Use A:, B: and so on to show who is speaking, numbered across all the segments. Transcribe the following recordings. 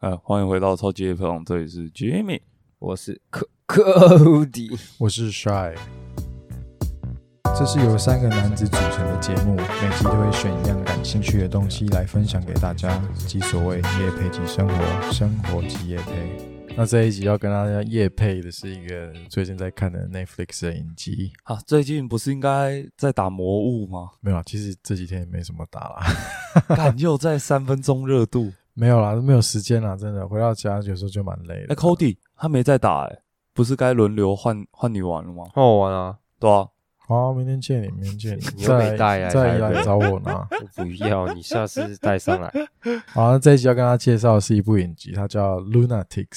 A: 呃，欢迎回到超级夜配网，这里是 Jimmy。
B: 我是克克迪，
C: 我是 Shy。这是由三个男子组成的节目，每集都会选一样感兴趣的东西来分享给大家，即所谓夜配即生活，生活即夜配。那这一集要跟大家夜配的是一个最近在看的 Netflix 的影集，
A: 啊，最近不是应该在打魔物吗？
C: 没有啦，其实这几天也没什么打啦，
A: 干又在三分钟热 度。
C: 没有啦，都没有时间啦，真的回到家有时候就蛮累
A: 哎、
C: 的。
A: c o d y 他没在打、欸，不是该轮流换换你玩了吗？
B: 好好玩啊！
A: 对啊，
C: 好，明天见你，明天见你，
B: 你又没
C: 再
B: 带来
C: 来再
B: 台北
C: 来找我拿。
B: 我不要，你下次带上来。
C: 好，那这一集要跟大家介绍的是一部影集，它叫《Lunatics》，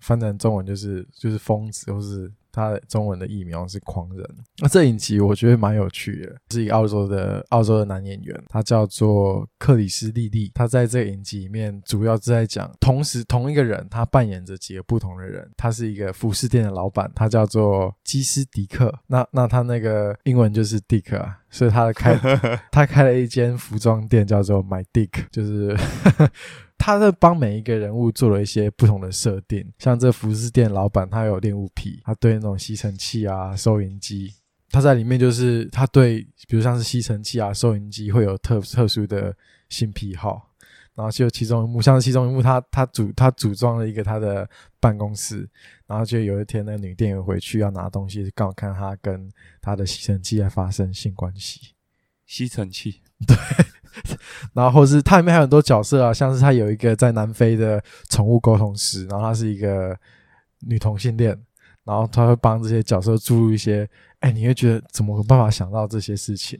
C: 翻成中文就是就是疯子，或是它的中文的译名是狂人。那这影集我觉得蛮有趣的，是一个澳洲的澳洲的男演员，他叫做克里斯蒂利。他在这个影集里面主要是在讲，同时同一个人他扮演着几个不同的人。他是一个服饰店的老板，他叫做基斯迪克。那那他那个英文就是 Dick 啊，所以他的开他开了一间服装店，叫做 My Dick，就是 他在帮每一个人物做了一些不同的设定。像这服饰店老板，他有恋物癖，他对那种吸尘器啊、收银机，他在里面就是他对，比如像是吸尘器啊、收银机会有特特殊的性癖好。然后就其中一幕，像是其中一幕他，他组他组装了一个他的办公室，然后就有一天那个女店员回去要拿东西，刚好看他跟他的吸尘器在发生性关系。
A: 吸尘器
C: 然后或是它里面还有很多角色啊，像是它有一个在南非的宠物沟通师，然后她是一个女同性恋，然后她会帮这些角色注入一些，哎，你会觉得怎么有办法想到这些事情？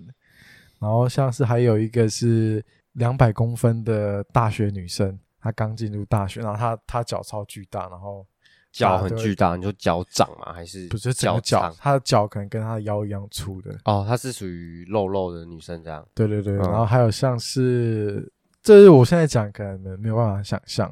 C: 然后像是还有一个是两百公分的大学女生，她刚进入大学，然后她她脚超巨大，然后
B: 脚很巨大，你说脚掌吗？还是
C: 不是整
B: 脚
C: 个脚
B: 长，？
C: 她的脚可能跟她的腰一样粗的，
B: 哦，她是属于肉肉的女生这样。
C: 对对对，
B: 嗯
C: 然后还有像是，这是我现在讲可能没没有办法想象，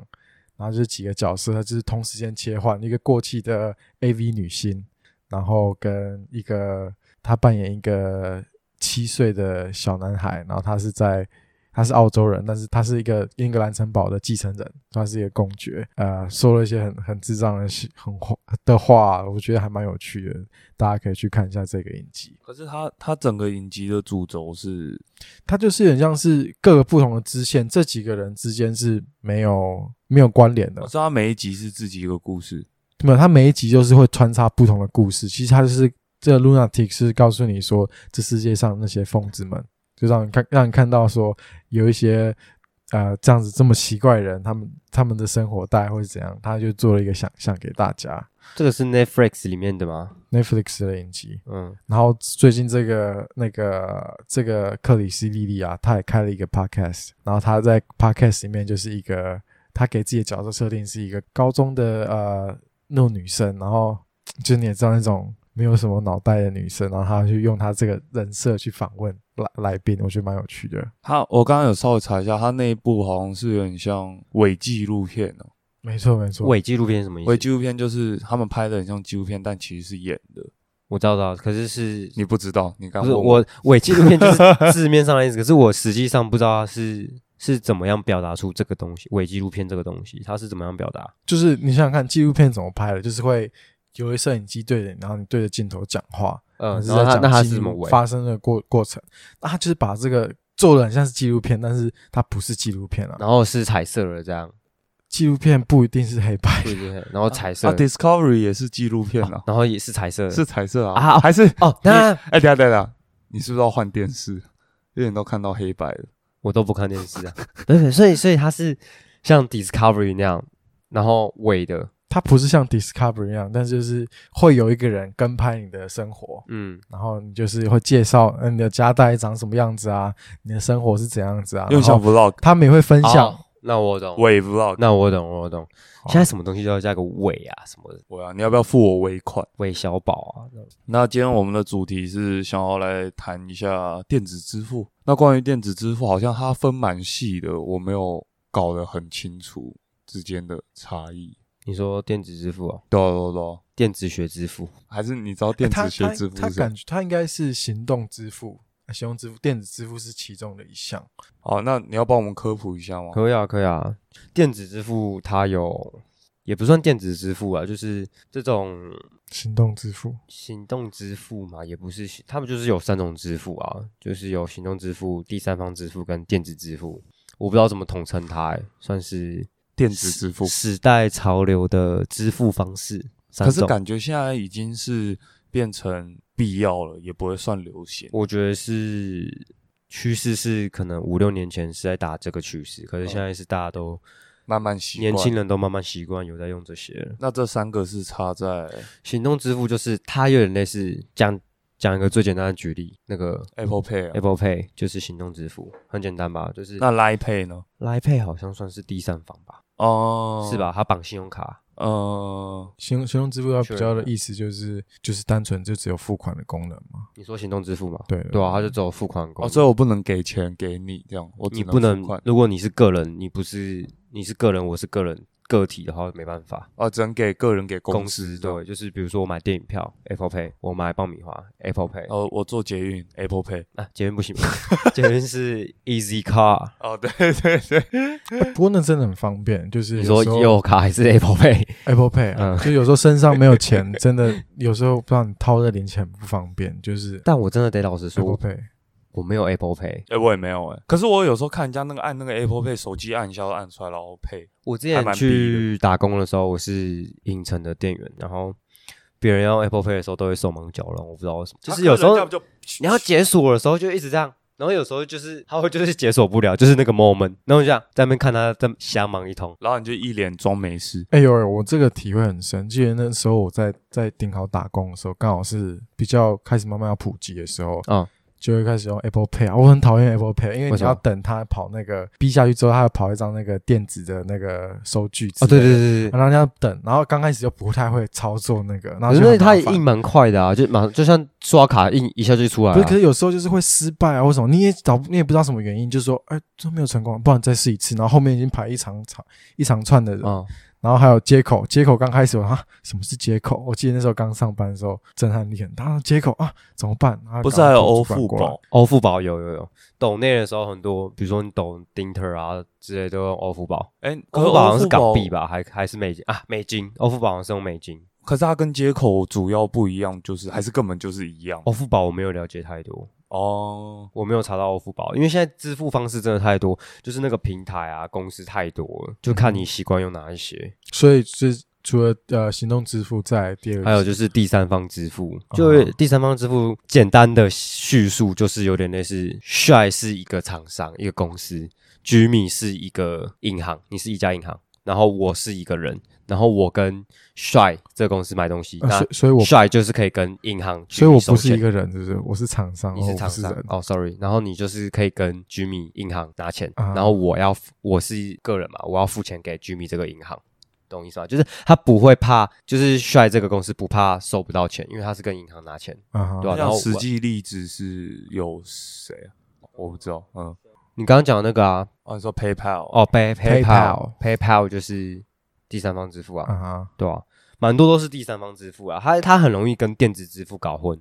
C: 然后就是几个角色，它就是同时间切换，一个过气的 AV 女星，然后跟一个她扮演一个七岁的小男孩，然后他是在他是澳洲人，但是他是一个英格兰城堡的继承人，他是一个公爵，呃，说了一些很很智障的事很话的话，我觉得还蛮有趣的，大家可以去看一下这个影集。
A: 可是他他整个影集的主轴是
C: 它就是很像是各个不同的支线，这几个人之间是没有没有关
B: 啊
C: 联的
A: 我。知道他每一集是自己一个故事，
C: 没有，它每一集就是会穿插不同的故事。其实它就是这个 lunatic 是告诉你说，这世界上那些疯子们，就让你看让你看到说有一些呃这样子这么奇怪的人，他们他们的生活大概会是怎样，他就做了一个想象给大家。
B: 这个是 Netflix 里面的吗？
C: Netflix 的影集，
B: 嗯，
C: 然后最近这个那个这个克里斯莉莉啊，她也开了一个 podcast，然后她在 podcast 里面就是一个，她给自己的角色设定是一个高中的呃那种女生，然后就你也知道那种没有什么脑袋的女生，然后她就用她这个人设去访问来来宾，我觉得蛮有趣的。
A: 他我刚刚有稍微查一下，他那一部好像是有点像伪纪录片哦、
C: 没错没错，
B: 伪纪录片是什么意
A: 伪
B: 思？
A: 纪录片就是他们拍的很像纪录片，但其实是演的。
B: 我知道，知道，可是是
A: 你不知道，你刚
B: 不是
A: 问我
B: 我伪纪录片就是字面上的意思，可是我实际上不知道它是是怎么样表达出这个东西。伪纪录片这个东西，它是怎么样表达？
C: 就是你想想看纪录片怎么拍的，就是会有一摄影机对着你，然后你对着镜头讲话，
B: 嗯，
C: 是
B: 然后
C: 在
B: 它
C: 讲
B: 那它是
C: 记
B: 怎么
C: 录
B: 伪？
C: 发生的过过程？那他就是把这个做的很像是纪录片，但是它不是纪录片啊。
B: 然后是彩色的这样，
C: 纪录片不一定是黑白，
B: 对对对，然后彩 色
A: 啊
B: 的，
A: ，Discovery 也是纪录片啊，
B: 然后也是彩色的，
A: 是彩色啊，
B: 啊
A: 还是
B: 哦，那
A: 哎，等一下等一下，你是不是要换电视？因为你都看到黑白了。
B: 我都不看电视啊。 对对，所以所以它是像 Discovery 那样，然后伪的，
C: 它不是像 Discovery 一样，但是就是会有一个人跟拍你的生活，
B: 嗯，
C: 然后你就是会介绍，嗯、你的家大概长什么样子啊，你的生活是怎样子啊，
A: 又
C: 然
A: 像
C: 后
A: vlog，
C: 他们也会分享。
B: 哦那我懂，
A: 伪 vlog。
B: 那我懂，我懂。
C: 好
B: 现在什么东西都要加个伪啊，什么的，
A: 我啊，你要不要付我尾款？
B: 伪小宝啊，那种
A: 那今天我们的主题是想要来谈一下电子支付。那关于电子支付，好像它分蛮细的，我没有搞得很清楚之间的差异。
B: 你说电子支付哦，
A: 对啊对啊对啊，
B: 电子学支付，
A: 还是你知道电
C: 他
A: 子学支
C: 他
A: 付
C: 他
A: 是什么
C: 感？觉他应该是行动支付，信用支付、电子支付是其中的一项。
A: 好，哦那你要帮我们科普一下吗？
B: 可以啊，可以啊。电子支付它有，也不算电子支付啊，就是这种
C: 行动支付，
B: 行动支付嘛，也不是行，他们就是有三种支付啊，就是有行动支付、第三方支付跟电子支付。我不知道怎么统称它、欸，算是
A: 电子支付，
B: 时代潮流的支付方式。三
A: 可是
B: 种
A: 感觉现在已经是变成必要了，也不会算流行。
B: 我觉得是趋势是可能五六年前是在打这个趋势，可是现在是大家
A: 哦
B: 都
A: 慢慢习惯。
B: 年轻人都慢慢习惯有在用这些了。
A: 那这三个是差在
B: 行动支付就是它有点类似讲讲一个最简单的举例，那个
A: Apple Pay 啊
B: Apple Pay 就是行动支付，很简单吧？就是
A: 那 Line Pay 呢？
B: Line Pay 好像算是第三方吧，
A: 哦，
B: 是？吧？它绑信用卡，
A: 呃，
C: 行行动支付它比较的
B: Sure
C: 意思就是就是单纯就只有付款的功能嘛。
B: 你说行动支付嘛？
C: 对哦
B: 对啊，它就只有付款
A: 哦，
B: 功能。
A: 所以我不能给钱给你，这样我只
B: 你不能
A: 付款，
B: 如果你是个人，你不是你是个人，我是个人个体的话，没办法。
A: 哦，只能给个人给
B: 公
A: 司哦
B: 司
A: 这样。
B: 对，就是比如说我买电影票 Apple Pay，我买爆米花 Apple Pay，、
A: 哦，我做捷运 Apple Pay。
B: 啊，捷运不行吗， 捷运是 Easy Car。
A: 哦，对对对，
C: 不过那真的很方便，就是
B: 你
C: 有
B: 说
C: 时候
B: 悠游卡还是 Apple Pay？
C: Apple Pay，、啊
B: 嗯
C: 就有时候身上没有 钱，真的有时候不然掏着零钱不方便，就是
B: 但我真的得老实说，
C: Apple
B: 我
C: Pay。
B: 我没有 Apple Pay。
A: 哎，我也没有哎。可是我有时候看人家那个按那个 Apple Pay，手机按一下就按出来，然后 Pay。
B: 我之
A: 还
B: 前
A: 蛮逼
B: 去打工的时候，我是影城的店员，然后别人要 Apple Pay 的时候都会手忙脚乱，我不知道为什么，就是有时候
A: 啊可能人家就
B: 你要解锁的时候就一直这样，然后有时候就是他会就是解锁不了，就是那个 moment，然后就这样在那边看他在瞎忙一通。
A: 然后你就一脸装没事。
C: 哎呦，我这个体会很深。记得那时候我在在顶好打工的时候，刚好是比较开始慢慢要普及的时候，
B: 嗯，
C: 就会开始用 Apple Pay 啊。我很讨厌 Apple Pay，因为
B: 为
C: 你
B: 什么
C: 要等它跑那个逼下去之后，它要跑一张那个电子的那个收据之
B: 哦，
C: 类的
B: 对对对对对，
C: 然后你要等，然后刚开始就不太会操作那个，然后
B: 可
C: 就是很
B: 那他
C: 麻烦
B: 印蛮快的啊，就马上就像刷卡印一下就出来
C: 不是，可
B: 了。
C: 是有时候就是会失败啊，或什么，你也找你也不知道什么原因，就说哎，这没有成功，不然再试一次。然后后面已经排一长长一长串的人，
B: 嗯，
C: 然后还有接口，接口刚开始我啊，什么是接口？我记得那时候刚上班的时候震撼力很大，啊接口啊怎么办？啊、
A: 不是还有欧
C: 付
A: 付宝？
B: 欧付宝有有有，抖内的时候很多，比如说你抖 Dinter 啊之类都用欧付宝，
A: 哎，可
B: 欧
A: 是
B: 付哦宝好像是港
A: 欧付
B: 币吧，还还是美金啊？美金，欧付宝好像是用美金。
A: 可是它跟接口主要不一样，就是还是根本就是一样
B: 欧付宝我没有了解太多，
A: 哦。
B: 我没有查到欧付宝，因为现在支付方式真的太多，就是那个平台啊公司太多了，就看你习惯用哪一些。
C: 所以是除了呃行动支付，再来第二个，
B: 还有就是第三方支付，就是第三方支付简单的叙述就是有点类似，Shy 是一个厂商，一个公司，Jimmy 是一个银行，你是一家银行，然后我是一个人，然后我跟 Shy 这个公司买东西，
C: 呃
B: 那
C: 所以所以我
B: Shy 就是可以跟银行，
C: 所以我不是一。个人，是不是？我是厂商，
B: 你
C: 我
B: 是
C: 不
B: 厂商
C: 人
B: 哦，sorry，然后你就是可以跟 Jimmy 银行拿钱，
C: 啊
B: 然后我要付我是个人嘛，我要付钱给 Jimmy 这个银行，懂我意思吗？就是他不会怕，就是帅这个公司不怕收不到钱，因为他是跟银行拿钱。
C: 啊哈
B: 对啊
A: 那
B: 然后
A: 实际例子是有谁啊？我不知道，嗯，
B: 你刚刚讲的那个啊，
A: 哦，你说 PayPal
B: 哦，Pay
C: PayPal
B: PayPal PayPal 就是第三方支付啊，
C: 啊哈，
B: 对啊，蛮多都是第三方支付啊，它它很容易跟电子支付搞混，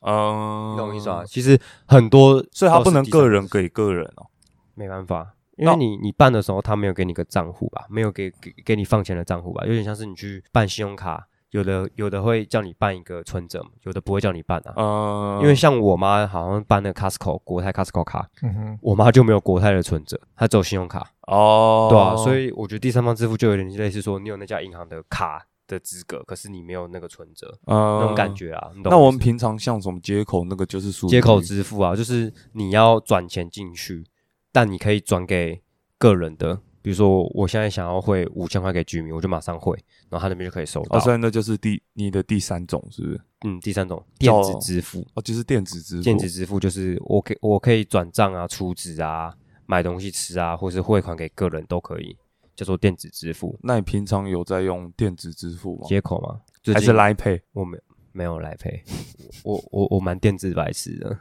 A: 嗯，
B: 你懂我意思吗？？其实很多，
A: 所以它不能个人，给个人哦。
B: 没办法。因为
A: 那
B: 你你办的时候，他没有给你个账户吧，没有给给给你放钱的账户吧，有点像是你去办信用卡，有的有的会叫你办一个存折，有的不会叫你办啊。
A: 嗯，
B: 因为像我妈好像办那个 Costco 国泰 Costco 卡，
C: 嗯哼，
B: 我妈就没有国泰的存折，她只有信用卡，
A: 哦，
B: 对啊，所以我觉得第三方支付就有点类似说，你有那家银行的卡的资格，可是你没有那个存折、
A: 嗯
B: 那种感。觉啊，你懂
A: 那我
B: 意
A: 们
B: 思
A: 平常像什么接口那个就是属于
B: 接口支付啊，就是你要转钱进去，但你可以转给个人的，比如说我现在想要汇五千块给居民，我就马上汇，然后他那边就可以收到。
A: 哦，所以那就是第你的第三种是不是？
B: 嗯，第三种电
A: 叫
B: 子支付，
A: 哦，就是电子支付，
B: 电子支付就是我可以我可以转账啊、储值啊、买东西吃啊，或是汇款给个人都可以，叫做电子支付
A: 那你平常有在用电子支付吗？
B: 接口嘛。最
A: 还
B: 近
A: 是 Line Pay？
B: 我没没有来配， 我我我蛮电子白痴的，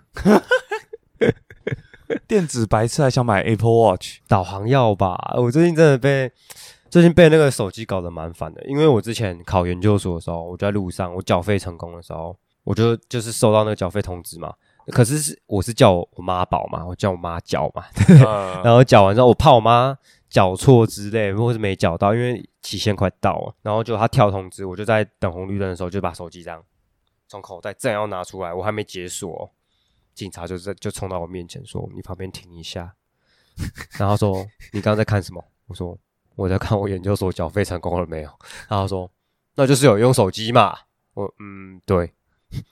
A: 电子白痴还想买 Apple Watch？
B: 导航要吧？我最近真的被最近被那个手机搞得蛮烦的，因为我之前考研究所的时候，我就在路上，我缴费成功的时候，我就就是收到那个缴费通知嘛，可是是我是叫我妈保嘛，我叫我妈缴嘛，
A: 嗯
B: 然后缴完之后，我怕我妈缴错之类，或是没缴到，因为期限快到了，然后就她跳通知，我就在等红绿灯的时候，就把手机这样从口袋正要拿出来，我还没解锁，哦警察就在就冲到我面前说：“你旁边停一下。” 然后说：“你刚刚在看什么？”我说：“我在看我研究所缴费成功了没有。”然后他说：“那就是有用手机嘛。”我嗯对，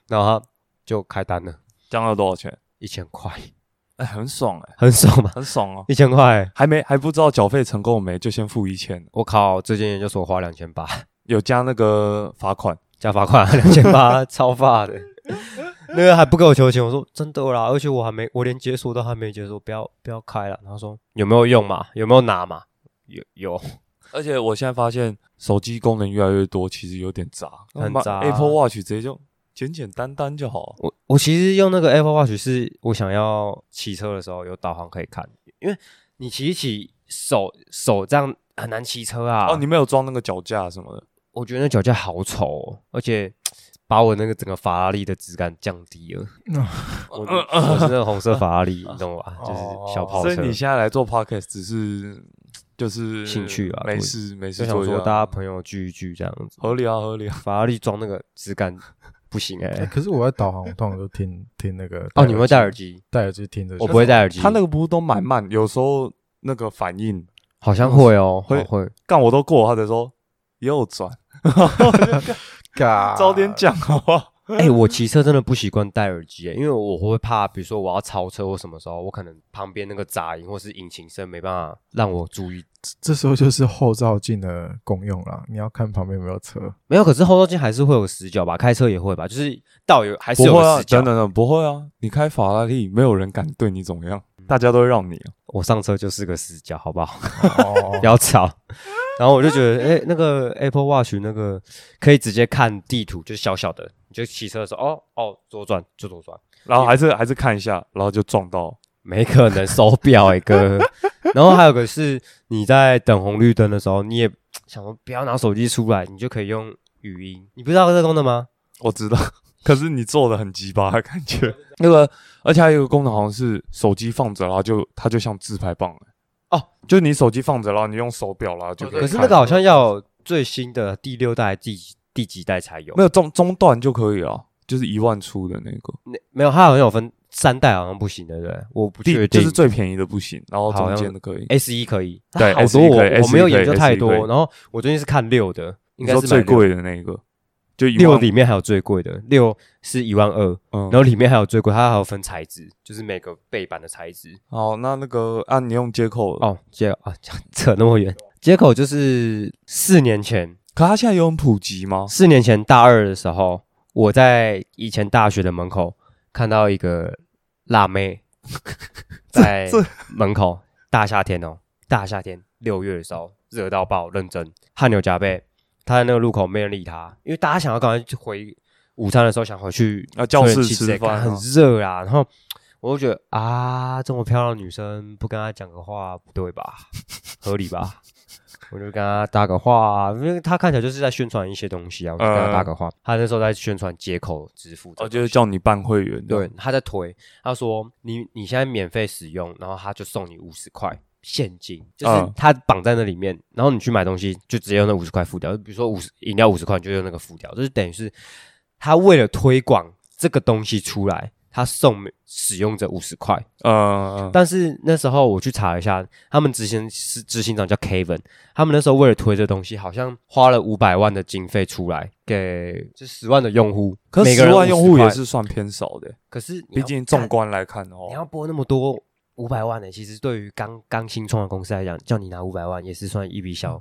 B: 然后他就开单了，
A: 降了多少钱？
B: 一千块，
A: 哎，很爽哎，
B: 很爽吧？
A: 很爽哦！
B: 一千块。
A: 还没还不知道缴费成功没，就先付一千，
B: 我靠，最近研究所花两千八，
A: 有加那个罚款。
B: 加罚款啊两千八，超发的。那个还不给我球钱，我说真的啦，而且我还没，我连解锁都还没解锁，不要不要开了。然后说有没有用嘛？有没有拿嘛？有有，
A: 而且我现在发现手机功能越来越多，其实有点杂，
B: 很
A: 妈
B: 杂
A: Apple Watch 直接就简简单单就好。
B: 我我其实用那个 Apple Watch 是我想要骑车的时候有导航可以看，因为你骑一骑手手这样很难骑车啊。
A: 哦，你没有装那个脚架什么的，
B: 我觉得那脚架好丑、哦，而且把我那个整个法拉利的质感降低 了。
A: 嗯
B: 我我是那个红色法拉利，你懂吧？就是小跑
A: 哦所
B: 车。
A: 以你现在来做 Podcast 只是就是
B: 兴趣啊
A: 没
B: 对
A: 事没
B: 就
A: 事
B: 想
A: 做一嗯
B: 说
A: 下
B: 大家朋友聚一聚这样子，
A: 合理啊合理啊。
B: 法拉利装那个质感不行哎、
C: 欸可是我在导航，我通常都听听那个
B: 哦，你会戴耳机？
C: 戴耳机听着，
B: 我不会戴耳机。
A: 它那个不是都蛮慢，有时候那个反应
B: 好像会哦，
A: 嗯会
B: 好会。
A: 干我都过，他才说右转，
C: 嘎，
A: 早点讲好不好？
B: 哎、我骑车真的不习惯戴耳机、欸，因为我会怕，比如说我要超车或什么时候，我可能旁边那个杂音或是引擎声没办法让我注意。
C: 这时候就是后照镜的功用啦，你要看旁边有没有车。
B: 没有，可是后照镜还是会有死角吧，开车也会吧，就是道有还是
A: 不
B: 有
A: 会
B: 个
A: 啊，
B: 死角。
A: 等等等，不会啊！你开法拉利，没有人敢对你怎么样，大家都会让你啊。
B: 我上车就是个死角，好不好？
C: 哦
B: 不，要吵。然后我就觉得，哎、那个 Apple Watch 那个可以直接看地图，就小小的，你就骑车的时候，哦哦，左转就左转，
A: 然后还是还是看一下，然后就撞到。
B: 没可能手表 哎、哥。然后还有个是你在等红绿灯的时候，你也想说不要拿手机出来，你就可以用语音。你不知道这个功能吗？
A: 我知道， 可是你做的很鸡巴，感觉那个，而且还有一个功能，好像是手机放着，然后就它就像自拍棒哦欸
B: 哦，
A: 就你手机放着，然后你用手表啦，就以
B: 可是
A: 看
B: 那个好像要有最新的第六代、第几第几代才有
A: 没。有中中段就可以了，就是一万出的那个，
B: 那没有，它好像有分三代，好像不行，对不对？我不确
A: 第
B: 定，
A: 就是最便宜的不行，然后中
B: 好
A: 间
B: 像
A: 的可以。
B: S 一可以，
A: 对
B: 好
A: S1
B: 多我
A: 可以
B: 我没有
A: S1 可以
B: 研究太多
A: 可以，
B: 然后我最近是看六的，
A: 你
B: 应该
A: 说
B: 是
A: 最
B: 买六
A: 贵的那个，就一
B: 六
A: 万，
B: 里面还有最贵的，六是一万二，
A: 嗯
B: 然，后里面还有最贵，它还有分材质，就是每个背板的材质。
A: 好，那那个啊，你用接口哦，
B: 哦，接啊，扯那么远，接口就是四年前，
A: 可它现在有很普及吗？
B: 四年前大二的时候，我在以前大学的门口看到一个 辣妹在
A: 这
B: 门口，大夏天哦，大夏天六月的时候，热到爆，认真汗流浃背。她在那个路口没人理她，因为大家想要赶快去回午餐的时候想回去
A: 啊教室
B: 吹冷气
A: 吃
B: 之类
A: 饭啊
B: 很热啊。然后我就觉得啊，这么漂亮的女生不跟她讲个话不对吧？合理吧？ 我就跟他搭个话、啊因为他看起来就是在宣传一些东西啊，我就跟他搭个话。他那时候在宣传接口支付这
A: 嗯哦，
B: 个东西，
A: 就是叫你办会员的，
B: 对，他在推，他说你你现在免费使用，然后他就送你五十块现金，就是
A: 嗯
B: 他绑在那里面，然后你去买东西就直接用那五十块付掉，比如说五十饮料五十块，你就用那个付掉，就是等于是他为了推广这个东西出来，他送使用者五十块，
A: 呃，
B: 但是那时候我去查一下，他们执行是执行长叫 Kevin，他们那时候为了推这东西，好像花了五百万的经费出来给这十万的用户，
A: 可是
B: 每
A: 十
B: 个人
A: 万用户
B: 50块
A: 也，是算偏少的，
B: 可是你
A: 毕
B: 要
A: 竟
B: 看
A: 纵观来看的哦
B: 你
A: 话，
B: 要拨那么多五百万呢、其实对于刚刚新创的公司来讲，叫你拿五百万也是算一笔小，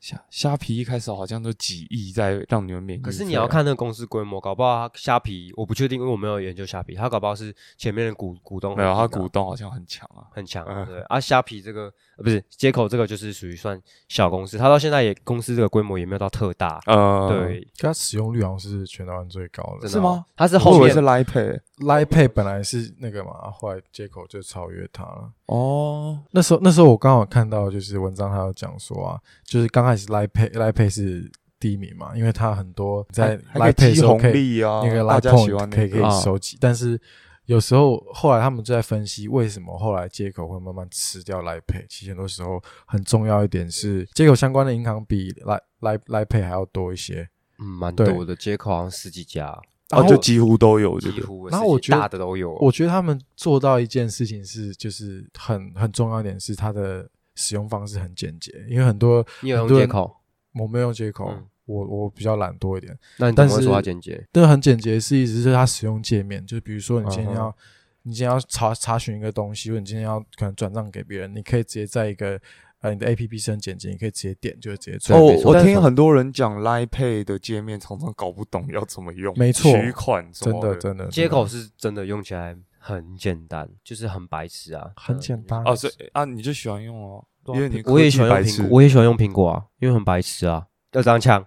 A: 虾虾皮一开始好像都几亿在让你们免运费啊，
B: 可是你要看那个公司规模，搞不好他虾皮我不确定，因为我没有研究虾皮，他搞不好是前面的股股东啊
A: 没有，它
B: 他
A: 股东好像很强啊，
B: 很强，
A: 嗯
B: 对啊，虾皮这个呃不是接口这个就是属于算小公司，它到现在也公司这个规模也没有到特大，
A: 呃，，
B: 对，
C: 它使用率好像是全台湾最高的
B: 真的。哦
A: 是吗？
B: 它是
A: 我
B: 后
A: 以为
B: 面
A: 是 Line Pay
C: Line Pay 本来是那个嘛，后来接口就超越它了。
A: 哦，
C: 那时候那时候我刚好看到就是文章，他有讲说啊，就是刚开始 Line Pay Line Pay 是第一名嘛，因为它很多在
A: 还
C: Line
A: 可
C: Pay
A: 以
C: 的
A: 积
C: 时候
A: 红
C: 可以
A: 利啊，
C: 那个
A: 大
C: 啊 Line
A: 家喜欢
C: Point
A: 那
C: 可以可
A: 个
C: 以收集，但是有时候后来他们就在分析为什么后来接口会慢慢吃掉来配。其实很多时候很重要一点是接口相关的银行比来来来配还要多一些。
B: 嗯，蛮
C: 对
B: 多的，接口好像十几家，
C: 然
A: 哦，
C: 后
A: 就几乎都有这
B: 几
A: 个，
B: 乎
C: 然后我
B: 十几
C: 觉得
B: 大的都有。
C: 我觉得他们做到一件事情是，就是很很重要一点是它的使用方式很简洁，因为很多
B: 你有
C: 很
B: 用
C: 多
B: 接
C: 人
B: 口，
C: 我没有接口，
B: 嗯
C: 我我比较懒多一点，
B: 那你怎
C: 但
B: 么会说
C: 是
B: 它简洁？
C: 但很简洁是意思是它使用界面，就比如说你今天
B: 嗯哼
C: 要、你今天要查查询一个东西，或者你今天要可能转账给别人，你可以直接在一个呃你的 A P P 是很简洁，你可以直接点就是直接
A: 哦
C: 转。
B: 对
A: 我
B: 没，错
A: 我听很多人讲 Line Pay 的界面常常搞不懂要怎么用，
C: 没错
A: 取款什
C: 真
A: 么
C: 的
A: 的
C: 真的
B: 接口是真的用起来很简单，就是很白痴啊，
C: 很
B: 嗯
C: 简单
A: 啊，所以啊，你就喜欢用哦，因为你
B: 我也喜欢用
A: 科技白
B: 苹
A: 痴
B: 果，我也喜欢用苹果啊，因为很白痴啊，要这样呛，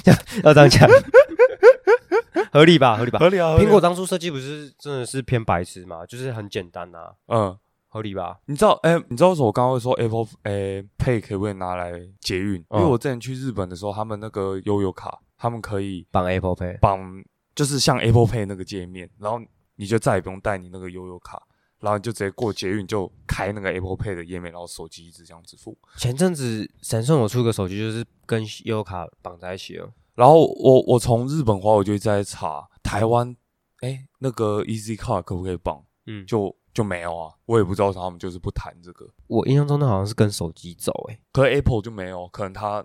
B: 要这样呛， 合理吧？合理吧？
A: 合理啊，合理啊
B: 苹果当初设计不是真的是偏白痴嘛，就是很简单啊，
A: 嗯。
B: 合理吧？
A: 你知道，哎、你知道为什么我刚刚会说 Apple 哎、Pay 可不可以拿来捷运？因为
B: 嗯
A: 我之前去日本的时候，他们那个悠游卡，他们可以
B: 绑 Apple Pay，
A: 绑，就是像 Apple Pay 那个界面，然后你就再也不用带你那个悠游卡，然后你就直接过捷运就开那个 Apple Pay 的页面，然后手机一直这样支付。
B: 前阵子神送我出个手机，就是跟优卡绑在一起了。
A: 然后我我从日本回来，我就一直在查台湾，哎、那个 Easy Card 可不可以绑？
B: 嗯，就
A: 就就没有啊，我也不知道为啥他们就是不谈这个。
B: 我印象中那好像是跟手机走、欸，
A: 可是 Apple 就没有，啊可能它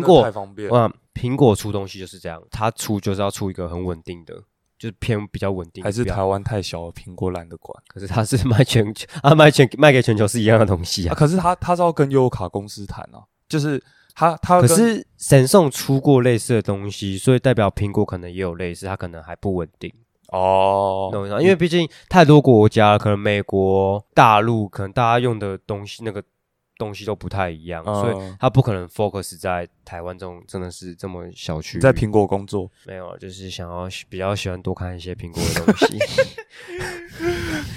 A: 因
B: 果
A: 为那太方便了，
B: 哇，苹果出东西就是这样，它出就是要出一个很稳定的，就是偏比较稳定的
A: 还是
B: 不要
A: 台湾太小了，苹果懒得管。
B: 可是它是卖全球， 啊卖全卖给全球是一样的东西
A: 啊，
B: 啊。
A: 可是他他是要跟优卡公司谈啊，就是他他
B: 可
A: 跟
B: 是神送出过类似的东西，所以代表苹果可能也有类似，它可能还不稳定，
A: 哦
B: 懂，不懂？因为毕竟太多国家了，可能美国、大陆，可能大家用的东西那个东西都不太一样，
A: 嗯
B: 所以它不可能 focus 在台湾这种真的是这么小区域。
A: 你在苹果工 作，
B: 没有，啊就是想要比较喜欢多看一些苹果的东西，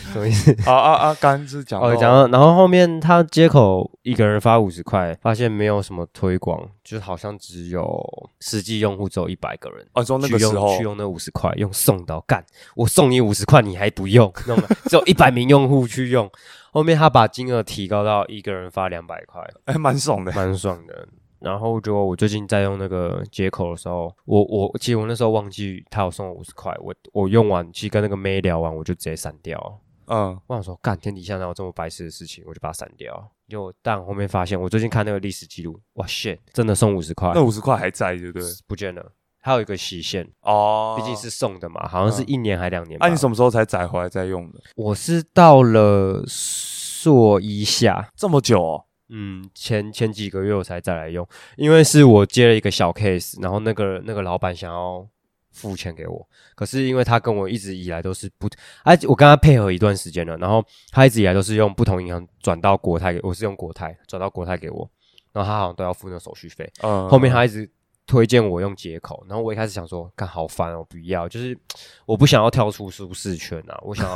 B: 什么意思？
A: 啊啊啊！刚刚是讲到
B: 哦，讲到，然后后面他接口一个人发五十块，发现没有什么推广，就是好像只有实际用户只有一百个人。
A: 啊，说那
B: 去
A: 个时候
B: 用去用那五十块，用送到干，我送你五十块，你还不用，弄了只有一百名用户去用。后面他把金额提高到一个人发两百 块，
A: 还哎蛮爽的，
B: 蛮爽的。然后结果我最近在用那个接口的时候，我我其实我那时候忘记他有送我五十块，我我用完，其实跟那个妹聊完，我就直接删掉了。
A: 嗯，
B: 我想说，干天底下哪有这么白痴的事情，我就把它删掉。就但后面发现，我最近看那个历史记录，哇 shit，真的送五十块
A: 那五十块还在，对不对？
B: 不见了，还有一个期限，
A: 哦，
B: 毕竟是送的嘛，好像是一年还两年吧。
A: 啊，你什么时候才载回来再用的？
B: 我是到了硕一下，
A: 这么久哦，
B: 嗯，前前几个月我才再来用，因为是我接了一个小 case，然后那个那个老板想要付钱给我，可是因为他跟我一直以来都是不，哎、我跟他配合一段时间了，然后他一直以来都是用不同银行转到国泰给，我是用国泰转到国泰给我，然后他好像都要付那手续费，
A: 嗯，
B: 后面他一直推荐我用接口，然后我一开始想说，干好烦哦，不要，就是我不想要跳出舒适圈啊，我想要，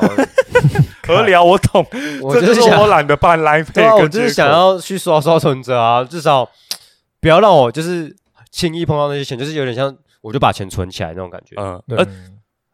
A: 合理啊，我懂，
B: 我
A: 这就是
B: 想
A: 我懒得办 Line
B: 对啊，
A: Pay，
B: 我
A: 跟
B: 就是
A: 接
B: 想
A: 口
B: 要去刷刷存折啊，至少不要让我就是轻易碰到那些钱，就是有点像我就把钱存起来那种感觉。
A: 嗯，
C: 对
A: 而
B: 呃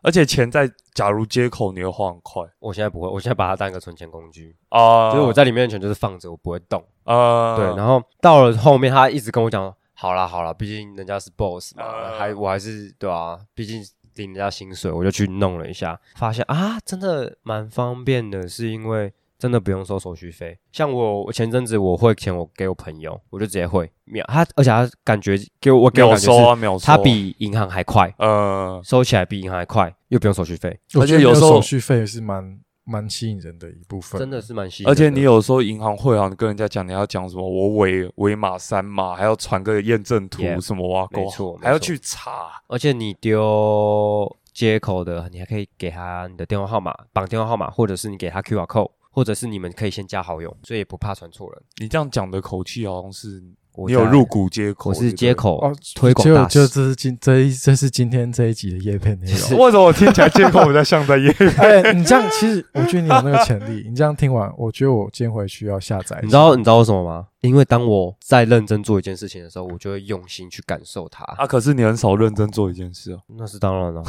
A: 而且钱在假如接口你会花很快
B: 我现在不会，我现在把它当一个存钱工具，
A: 啊，
B: 就是我在里面的钱就是放着，我不会动。
A: 啊，
B: 对，然后到了后面，他一直跟我讲，好啦好啦，毕竟人家是 boss 嘛，
A: 呃
B: 还我还是对啊，毕竟领人家薪水，我就去弄了一下，发现啊，真的蛮方便的，是因为真的不用收手续费。像我我前阵子我汇钱，我给我朋友，我就直接汇，秒他，而且他感觉给我我给我
A: 秒
B: 感觉
A: 收
B: 是，
A: 啊，秒收，
B: 他比银行还快，
A: 呃，
B: 收起来比银行还快，又不用手续费，
C: 我
A: 而且
C: 觉得
A: 有
C: 没
A: 时候
C: 手续费是蛮蛮吸引人的一部分，
B: 真的是蛮吸引人
A: 而
B: 的。
A: 且你有时候银行会啊行，你跟人家讲你要讲什么，我伪伪码三码，还要传个验证图
B: Yeah，
A: 什么挖沟，
B: 没错没错
A: 还要去查。
B: 而且你丢接口的，你还可以给他你的电话号码，绑电话号码，或者是你给他 QR code，或者是你们可以先加好友，所以也不怕传错人。
A: 你这样讲的口气好像是
B: 我
A: 你有
B: 在
A: 入，股接口，
B: 我是 接口
C: 哦
B: 推广
C: 就
B: 大
C: 就
B: 使。
C: 这是今这一这是今天这一集的叶片内
A: 对不
C: 容。
A: 对。为什么我听起来接口比较像在业？
C: 哎，你这样其实我觉得你有那个潜力。你这样听完，我觉得我今天回去要下载。
B: 你知道你知道为什么吗？因为当我在认真做一件事情的时候，我就会用心去感
A: 啊
B: 受它。
A: 啊，可是你很少认真做一件事哦。
B: 那是当然了，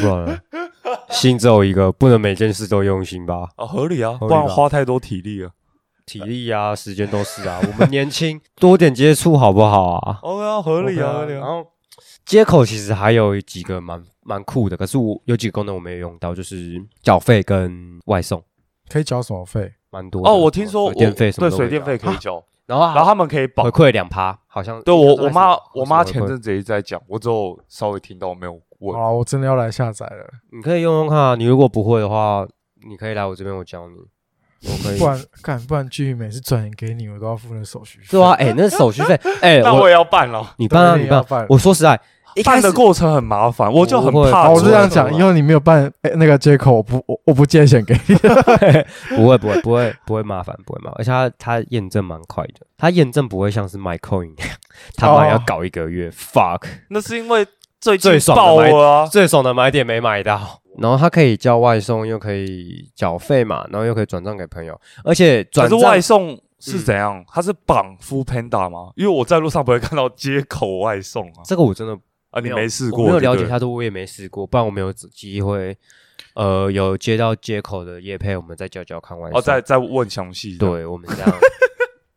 B: 不然呢心只有一个，不能每件事都用心吧？
A: 啊，合理啊，
B: 合
A: 不
B: 理吧
A: 然花太多体力
B: 啊
A: 了。
B: 体力啊，时间都是啊。我们年轻，多点接触好不好啊？
A: OK 啊，合理啊，合
B: OK
A: 理
B: 然
A: 啊。
B: 后接口其实还有几个蛮蛮酷的，可是我有几个功能我没有用到，就是缴费跟外送，
C: 可以缴什么费？
B: 蛮多的。
A: 哦，我听说我
B: 水电费什么
A: 对
B: 都
A: 水
B: 可以
A: 电费
B: 缴
A: 可以
B: 啊
A: 交，
B: 然后
A: 然后他们可以保
B: 回。馈两趴，好像
A: 对我我
B: 好
A: 妈
B: 像
A: 我妈
B: 回馈
A: 前阵子也在讲，我只有稍微听到没有
C: 好
B: 哦
A: 问。
C: 了，我真的要来下载了，
B: 你可以用用看啊，你如果不会的话，你可以来我这边，我教你。我可以
C: 不。然干不然剧每次转钱给你，我都要付那手续费。哦
B: 对啊，哎、那手续费，哎、
A: 那我也要办了，
B: 你
C: 对，
B: 办啊，
C: 也
B: 你
C: 要
B: 办。
C: 办。
B: 我说实在，一开
A: 办
B: 始
A: 的过程很麻烦，我就很怕
B: 不
C: 好，
A: 出
B: 会哦
C: 我
A: 错。
C: 就这样讲，
B: 不
C: 以后你没有办哎那个接口，我不我我不借钱给
A: 哦
C: 你。
B: 不会，不会，不会，不会麻烦，不会麻烦，而且它它验证蛮快的，它验证不会像是 MyCoin 那样，他妈
C: 哦
B: 要搞一个月、f u c k
A: 那是因为最近
B: 最爽的
A: 爆
B: 买
A: 了啊，
B: 最爽的买点没买到，然后它可以叫外送，又可以缴费嘛，然后又可以转账给朋友，而且
A: 可
B: 转
A: 是
B: 账嗯
A: 外送是怎样？它是绑 Food Panda 吗？因为我在路上不会看到接口外送啊。
B: 这个我真的
A: 啊，你没试过？
B: 我没有了解
A: 对不对
B: 太多，我也没试过，不然我没有机会。呃，有接到接口的业配，我们再教教看外送。
A: 哦，再再问详细。，
B: 对，我们这样。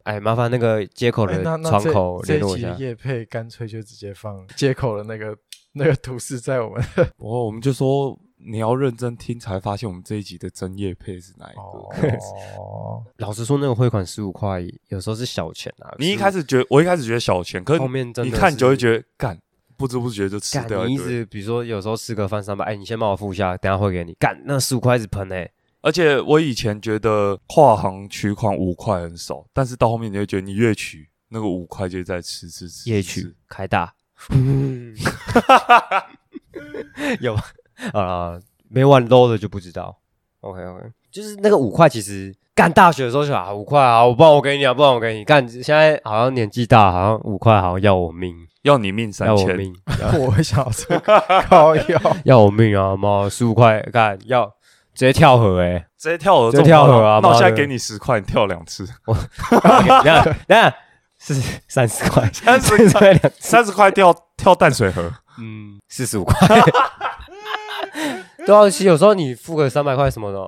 B: 哎，麻烦那个接口
C: 哎
B: 的
C: 那那
B: 窗
C: 这
B: 口
C: 这
B: 联
C: 一
B: 络
C: 集
B: 一
C: 的
B: 下。
C: 叶配干脆就直接放接口的那个那个图示在我们
A: 哦，我们就说你要认真听，才发现我们这一集的真叶配是哪一 个。
C: 哦，
B: 老实说，那个汇款十五块，有时候是小钱啊。
A: 你一开
B: 始
A: 始觉得，我一开始觉得小钱，可是
B: 后面真的
A: 你看你就会
B: 得。
A: 觉得干，不知不觉就吃
B: 干，
A: 掉
B: 你
A: 一
B: 一
A: 堆。
B: 直比如说有时候吃个饭三百，哎，你先帮我付一下，等一下汇给你。干，那十五块一直喷哎、
A: 而且我以前觉得跨行取款五块很少，但是到后面你会觉得你越取那个五块就在吃吃吃
B: 夜
A: 吃
B: 曲，E 开大， 有吧啊，没玩 low 的就不知道。OK OK，就是那个五块，其实干大学的时候就啊五块啊，我不然我给你啊，不然我给你。干现在好像年纪大，好像五块好像要我命，
A: 要你命三
B: 要我
A: 千，
B: 命，
C: 我会想要这个高腰，
B: 要我命啊！妈，十五块干要直接跳河哎、 欸！
A: 直接跳河，
B: 直接跳河啊
A: 那我
B: 妈
A: 现在
B: 的
A: 给你十块，你跳两次，
B: 等下等下是三十块，
A: 三十
B: 三十块两
A: 三十块跳跳淡水 河，
B: 嗯，四十五块。 对啊，其实有时候你付个三百块什么的，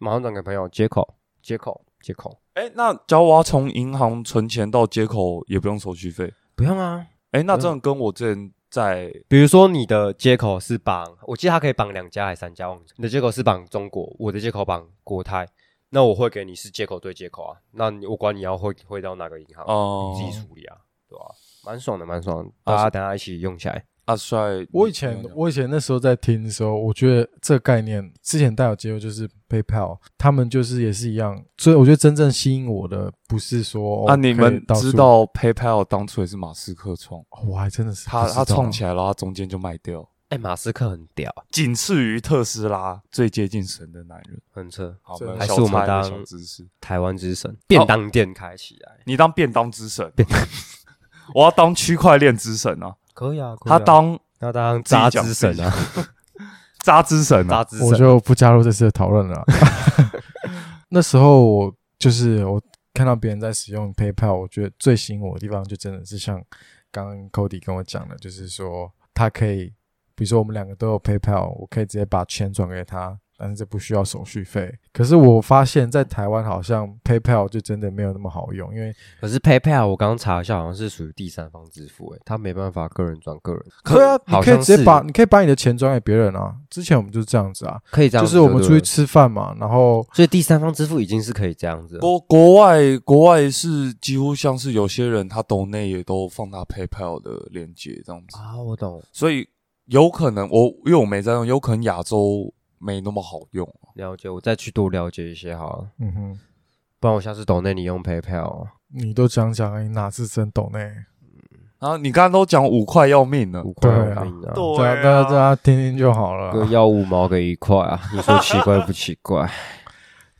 B: 马上转给朋友，接口，接口，接口，
A: 哎、那假如我要从银行存钱到接口，也不用手续费。
B: 不用啊。
A: 哎、那
C: 嗯
A: 这样跟我之前在
B: 比如说你的接口是绑，我记得它可以绑两家还是三家，忘记。你的接口是绑中国，我的接口绑国泰，那我会给你是接口对接口啊，那你我管你要汇汇到哪个银行，
A: 哦
B: 你自己处理啊，对啊？蛮爽的，蛮爽的，大家等下一起用起来。
A: 阿啊帅，
C: 我以
A: 你
C: 前
A: 有没有
C: 我以前那时候在听的时候，我觉得这个概念之前带有接触，就是 PayPal，他们就是也是一样。所以我觉得真正吸引我的不是说
A: 啊，你们知，
C: 哦
A: 道 PayPal 当初也是马斯克创，
C: 可以到处哦我还真的是
A: 他他创起
C: 来，
A: 来了，他中间就卖掉，
B: 哎、马斯克很屌，
A: 仅次于特斯拉最接近神的男人。
B: 很扯，
A: 好，
C: 真的啊
A: 们
B: 还是
A: 小
B: 我们
A: 插一个
B: 当
A: 小知识，
B: 台湾之神，便当店开起来。
A: 你当便当之神，啊 我要当区块链之神啊，
B: 可以啊，可以啊
A: 他当
B: 他当
A: 自己
B: 渣
A: 讲
B: 之神啊，
A: 渣之神啊，
B: 渣之
C: 我
B: 神，
C: 就不加入这次的讨论 了。 那时候我就是我看到别人在使用 PayPal，我觉得最吸引我的地方就真的是像刚刚 Cody 跟我讲的，就是说他可以，比如说我们两个都有 PayPal，我可以直接把钱转给他，但是这不需要手续费。可是我发现，在台湾好像 PayPal 就真的没有那么好用，因为
B: 可是 PayPal 我刚刚查一下，好像是属于第三方支付，哎，他没办法个人转个人，
C: 可以啊，你
B: 好
C: 可以
B: 像
C: 直接
B: 是
C: 把你可以把你的钱转给别人啊。之前我们就是这样子啊，
B: 可以这样
C: 就
B: 子，
C: 是我们
B: 对
C: 出
B: 不
C: 去
B: 对，
C: 吃饭嘛，然后
B: 所以第三方支付已经是可以这样子了，
C: 哦
A: 国国外国外是几乎像是有些人他抖内也都放大 PayPal 的链接这样子，
B: 啊，我懂，
A: 所以有可能我因为我没在用，有可能亚洲没那么好用。
B: 了解，我再去多了解一些好了，
C: 嗯哼。
B: 不然我下次懂那你用 PayPal 啊
C: 你都讲讲而已，你哪是真懂呢？
A: 然后你刚刚都讲五块要命了，
B: 五块
C: 对啊
B: 我命啊，
C: 对啊，大家大家听听就好了
B: 个
C: 啊。
B: 要五毛给一块 啊，你说奇怪不奇怪？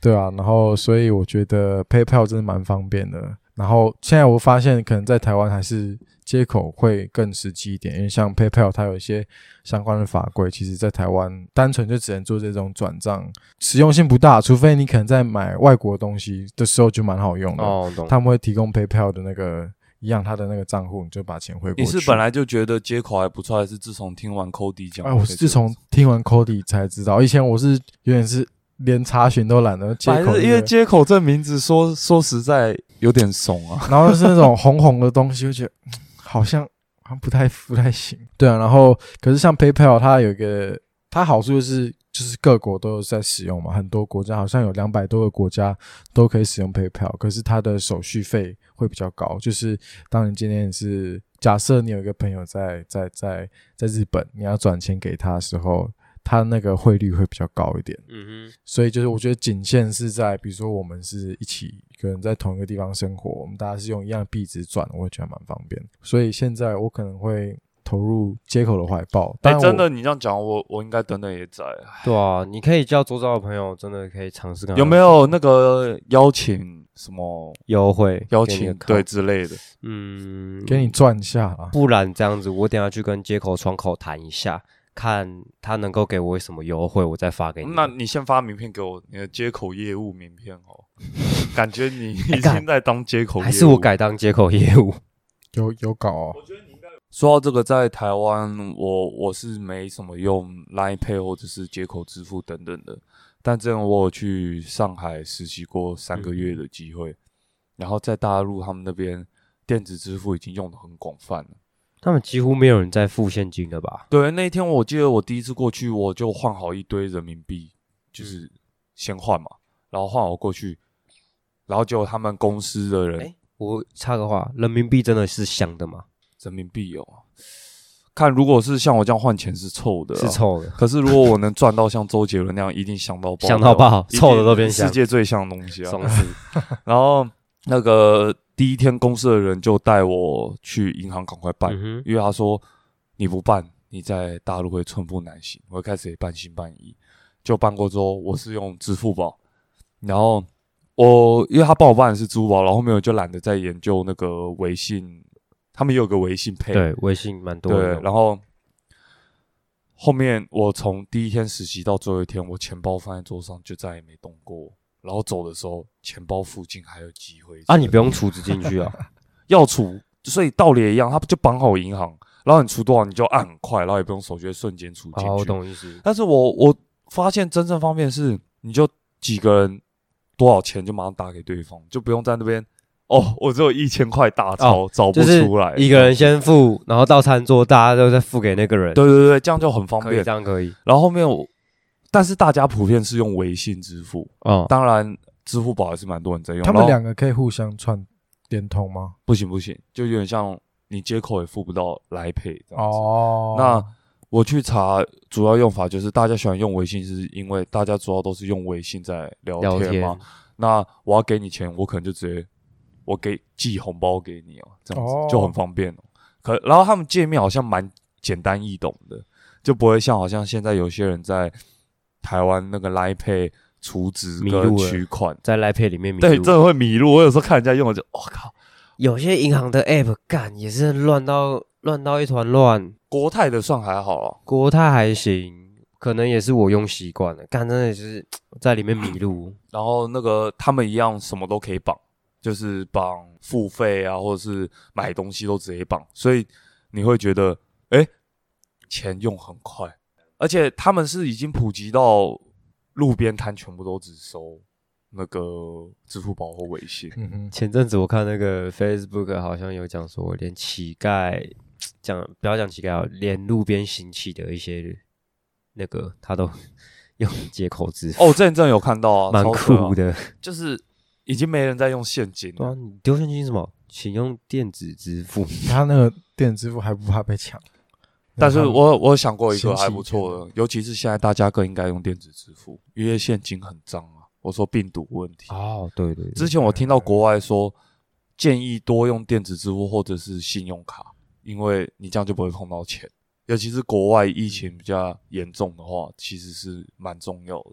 C: 对啊，然后所以我觉得 PayPal 真的蛮方便的。然后现在我发现，可能在台湾还是接口会更实际一点，因为像 PayPal 它有一些相关的法规，其实在台湾单纯就只能做这种转账，实用性不大，除非你可能在买外国东西的时候就蛮好用的。
B: 哦，懂，
C: 他们会提供 PayPal 的那个一样他的那个账户，你就把钱汇
A: 你
C: 过去。
A: 是本来就觉得接口还不错，还是自从听完 Cody 讲？
C: 哎，我是自从听完 Cody 才知道，以前我是有点是连查询都懒得接
A: 反
C: 口
A: 正
C: 音
A: 因为
C: 乐，
A: 接口这名字说说实在有点怂啊。
C: 然后是那种红红的东西，就觉得嗯好像好像不太不太行。对啊，然后可是像 PayPal 它有一个它好处就是就是各国都有在使用嘛，很多国家好像有两百多个国家都可以使用 PayPal，可是它的手续费会比较高。就是当你今天是假设你有一个朋友在在在在日本，你要转钱给他的时候，他那个汇率会比较高一点。
B: 嗯哼，
C: 所以就是我觉得仅限是在，比如说我们是一起可能在同一个地方生活，我们大家是用一样的币值转，我也觉得蛮方便。所以现在我可能会投入接口的怀抱，
A: 哎、
C: 但、
A: 真的，你这样讲，我我应该等等也在。
B: 对啊，你可以叫周遭的朋友，真的可以尝试看 看
A: 有没有那个邀请什么
B: 优惠
A: 邀
B: 给你
A: 请
B: 的卡
A: 对，之类的？
B: 嗯，
C: 给你赚一下啦。
B: 不然这样子，我等一下去跟接口窗口谈一下，看他能够给我什么优惠，我再发给你。
A: 那你先发名片给我，你的接口业务名片哦。感觉你已
B: 干
A: 经在当接口业务，
B: 还是我改当接口业务？
C: 有有搞、哦，
A: 说到这个，在台湾，我我是没什么用 Line Pay 或者是接口支付等等的。但这样我有去上海实习过三个月的机会，然后在大陆他们那边电子支付已经用的很广泛了。
B: 他们几乎没有人在付现金的吧？
A: 对，那一天我记得我第一次过去，我就换好一堆人民币，就是先换嘛，然后换好过去，然后结果他们公司的人
B: 哎我插个话，人民币真的是香的吗？
A: 人民币有啊，看如果是像我这样换钱是臭的、哦
B: 是。臭的，
A: 可是如果我能赚到像周杰伦那样，一定香到爆，
B: 香到爆
A: 一定
B: 臭的都变香
A: 世界最香的东西啊！
B: 爽死！
A: 然后那个第一天公司的人就带我去银行赶快办，
B: 嗯哼，
A: 因为他说你不办，你在大陆会寸步难行。我一开始也半信半疑，就办过之后，我是用支付宝，然后我因为他帮我办的是支付宝，然后后面我就懒得再研究那个微信，他们也有个微信配，
B: 对，微信蛮多
A: 对
B: 的，，
A: 然后后面我从第一天实习到最后一天，我钱包放在桌上就再也没动过。然后走的时候，钱包附近还有几回
B: 啊，你不用储值进去啊，
A: 要储，所以道理也一样，他就绑好银行，然后你储多少你就按很快，然后也不用手续瞬间储进去。
B: 哦，我懂意思，
A: 但是我我发现真正方便是，你就几个人多少钱就马上打给对方，就不用在那边哦，我只有一千块大钞、找不
B: 哦就是
A: 出来，
B: 一个人先付，然后到餐桌大家都再付给那个人，
A: 对对对，这样就很方
B: 可以
A: 便
B: 这。样可以，
A: 然后后面我，但是大家普遍是用微信支付，
B: 哦，
A: 当然支付宝也是蛮多人在用。
C: 他
A: 然
C: 们
A: 后
C: 两个可以互相串联通吗？
A: 不行不行，就有点像你接口也付不到来配这样子。
C: 哦，
A: 那我去查主要用法，就是大家喜欢用微信，是因为大家主要都是用微信在聊
B: 哦聊
A: 天
B: 天
A: 嘛。那我要给你钱，我可能就直接我给寄红包给你哦，这样子、
C: 哦
A: 就很方便哦。可然后他们界面好像蛮简单易懂的，就不会像好像现在有些人在台湾那个 Line Pay 储值
B: 迷
A: 跟
B: 路了
A: 取款，
B: 在 Line Pay 里面迷
A: 对，
B: 路
A: 真的会迷路。我有时候看人家用，我就我、靠，
B: 有些银行的 app 干也是乱到乱到一团乱，
A: 国泰的算还好啊，
B: 国泰还行，可能也是我用习惯了，干真的是在里面迷 路。
A: 然后那个他们一样什么都可以绑，就是绑付费啊，或者是买东西都直接绑，所以你会觉得，哎，钱用很快，而且他们是已经普及到路边摊全部都只收那个支付宝或微信。
C: 嗯哼，
B: 前阵子我看那个 Facebook 好像有讲说，连乞丐讲不要讲乞丐哦，连路边行乞的一些那个他都 用接口支付，
A: 哦，这阵有看到啊，
B: 蛮
A: 超扯啊
B: 酷，的。
A: 就是已经没人在用现金
B: 对啊，
A: 了。
B: 你丢现金什么？请用电子支付。
C: 他那个电子支付还不怕被抢？
A: 但是
C: 他们
A: 我我想过一个
C: 先
A: 还
C: 进
A: 不
C: 一
A: 错的，尤其是现在大家更应该用电子支付，因为现金很脏啊。我说病毒问题
B: 哦，对对对，
A: 之前我听到国外说，建议多用电子支付或者是信用卡，因为你这样就不会碰到钱。尤其是国外疫情比较严重的话，其实是蛮重要的。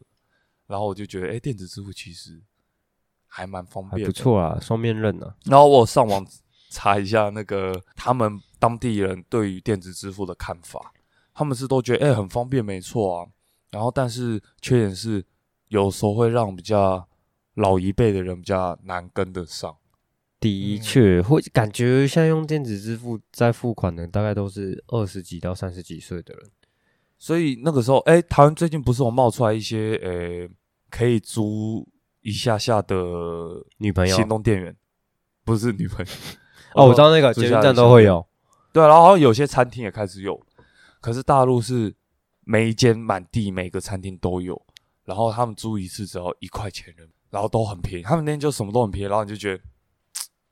A: 然后我就觉得，哎、电子支付其实还蛮方
B: 还
A: 便，
B: 不。错啊，双面刃啊。
A: 然后我上网查一下那个他们当地人对于电子支付的看法，他们是都觉得哎、诶很方便，没错啊。然后但是缺点是有时候会让比较老一辈的人比较难跟得上，
B: 的确，会感觉现在用电子支付在付款的大概都是二十几到三十几岁的人。
A: 所以那个时候，哎、台湾最近不是有冒出来一些，呃、可以租一下下的
B: 女朋友
A: 行动电源，不是女朋友。
B: 哦，我知道那个
A: 租
B: 捷运
A: 下来
B: 站
A: 下
B: 都会
A: 面
B: 有，
A: 对，啊然后好像有些餐厅也开始有，可是大陆是每一间满地每个餐厅都有，然后他们租一次只要一块钱人，然后都很便宜，他们那天就什么都很便宜，然后你就觉得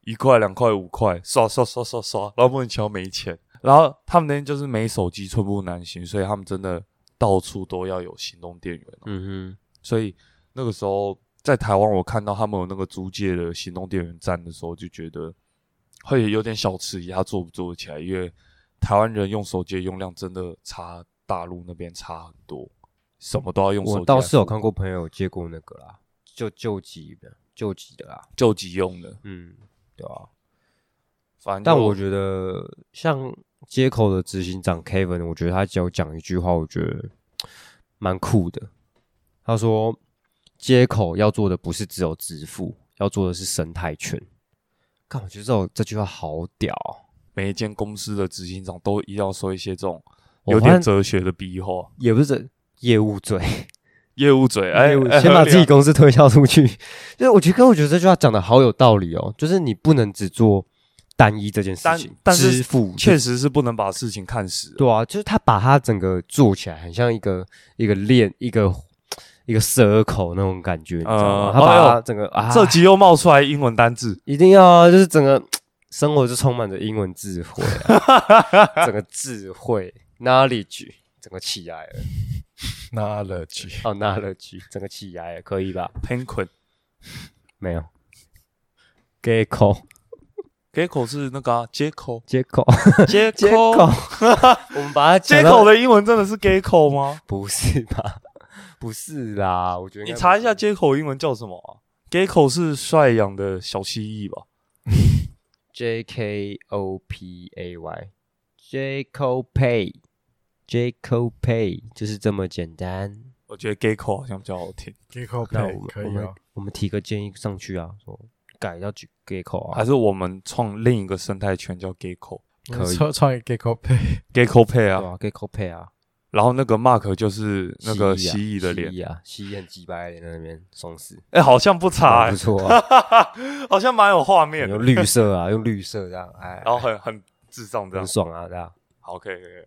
A: 一块、两块、五块，刷刷刷刷刷，然后莫名其妙没钱，然后他们那天就是没手机寸步难行，所以他们真的到处都要有行动电源、
B: 嗯
A: 所以那个时候在台湾，我看到他们有那个租借的行动电源站的时候，就觉得会有点小迟疑，他做不做得起来，因为台湾人用手机的用量真的差大陆那边差很多，什么都要用
B: 哼，
A: 手机来付。啊
B: 我倒是有看过朋友借过那个啦，就救急的，救急的啦，
A: 救急用的，
B: 嗯，对啊。
A: 反正
B: 但
A: 就
B: 我觉得像街口的执行长 Kevin，我觉得他只有讲一句话，我觉得蛮酷的。他说，街口要做的不是只有支付，要做的是生态圈。看，我觉得这种这句话好屌哦、
A: 每一间公司的执行长都一定要说一些这种
B: 我
A: 有
B: 发
A: 点
B: 现
A: 哲学的逼话，
B: 也不是这业务罪，
A: 业务嘴，哎，
B: 业务
A: 哎
B: 先把
A: 合理
B: 自己
A: 啊
B: 公司推销出去。就是我觉得，可我觉得这句话讲的好有道理哦，就是你不能只做单一这件事
A: 但
B: 情，
A: 但是
B: 支付
A: 确实是不能把事情看死啊。
B: 对啊，就是他把他整个做起来，很像一个一个链，一个一个 circle 那种感觉，你知道吗？
A: 呃
B: 他把
A: 哎
B: 他
A: 呦
B: 整个、啊，
A: 这集又冒出来英文单字，
B: 一定要啊就是整个生活就充满着英文智慧、 啊，整个智慧 knowledge 整个起来了，
C: 那乐趣。
B: 哦 knowledge 整个起来了，可以吧？
A: 贫困。
B: 没有，接口，
A: 接口是那个、啊、接口
B: 接口
A: 接
B: 接口，
A: 口，
B: 我们把它
A: 接
B: 讲到
A: 口的英文真的是接口吗？
B: 不是吧？不是啦，我觉得应
A: 你
B: 该
A: 查
B: 不
A: 一
B: 是
A: 下接口英文叫什么啊？接口是帅养的小蜥蜴吧？
B: J K O P A Y，J K O Pay，J K O Pay 就是这么简单。
A: 我觉得接口好像比较好听，
C: 给口
B: 那
C: 配
B: 我们
C: 可
B: 我
C: 以
B: 们
C: 哦，
B: 我们提个建议上去啊，说改要 J K O 啊
A: 还，是我们创另一个生态圈叫接口
B: 可以啊
C: 创创一给口配，
A: 接口配
B: 对
A: 啊？
B: 啊，J K O Pay 啊，
A: 然后那个 Mark 就是那个
B: 蜥
A: 蜥蜴
B: 蜴啊
A: 的脸
B: 蜥，蜴啊，蜥蜴很鸡掰的脸在那边松死，
A: 哎、好像不差、
B: 啊，
A: 欸
B: 不，错啊，
A: 好像蛮有画面的，
B: 用绿色啊，用绿色这样，哎，
A: 然后很很智障哦这样
B: 很。爽啊，这样。
A: 好，可以可以。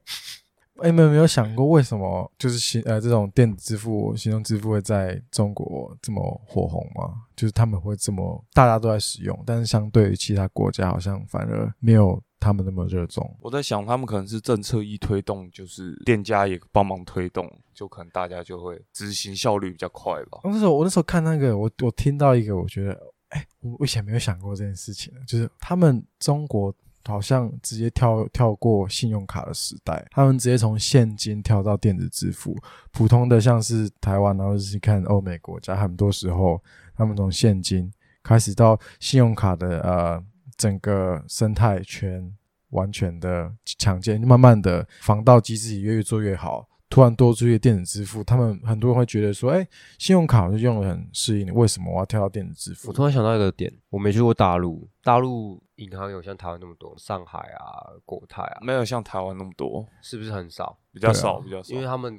C: 哎，你们有没有想过为什么就是行呃这种电子支付、行动支付会在中国这么火红吗？就是他们会这么大家都在使用，但是相对于其他国家，好像反而没有他们那么热衷。
A: 我在想，他们可能是政策一推动，就是店家也帮忙推动，就可能大家就会执行效率比较快吧。
C: 我那时候我那时候看那个，我我听到一个，我觉得，哎、我我以前没有想过这件事情，啊就是他们中国好像直接跳跳过信用卡的时代，他们直接从现金跳到电子支付。普通的像是台湾，然后是看欧美国家，很多时候他们从现金开始到信用卡的呃整个生态圈完全的强健，慢慢的防盗机制也越做越好。突然多出一个电子支付，他们很多人会觉得说：“哎、信用卡我就用的很适应，为什么我要跳到电子支付
B: 我？”突然想到一个点，我没去过大陆，大陆银行有像台湾那么多，上海啊、国泰啊，
A: 没有像台湾那么多，
B: 是不是很少？
A: 比较
C: 对啊
A: 少，比较少
B: 因，为他们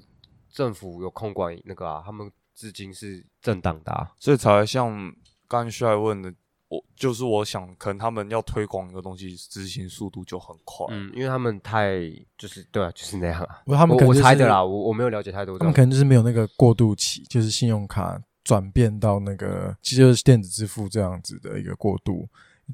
B: 政府有控管那个啊，他们资金是正当的、啊，
A: 所以才会像刚帅问的，我就是我想，可能他们要推广一个东西，执行速度就很快。
B: 嗯，因为他们太就是对啊，就是那样啊。
C: 不他们可能
B: 我我
C: 就是
B: 猜的啦，我我没有了解太多这
C: 他
B: 种，
C: 们可能就是没有那个过渡期，就是信用卡转变到那个，其实就是电子支付这样子的一个过渡。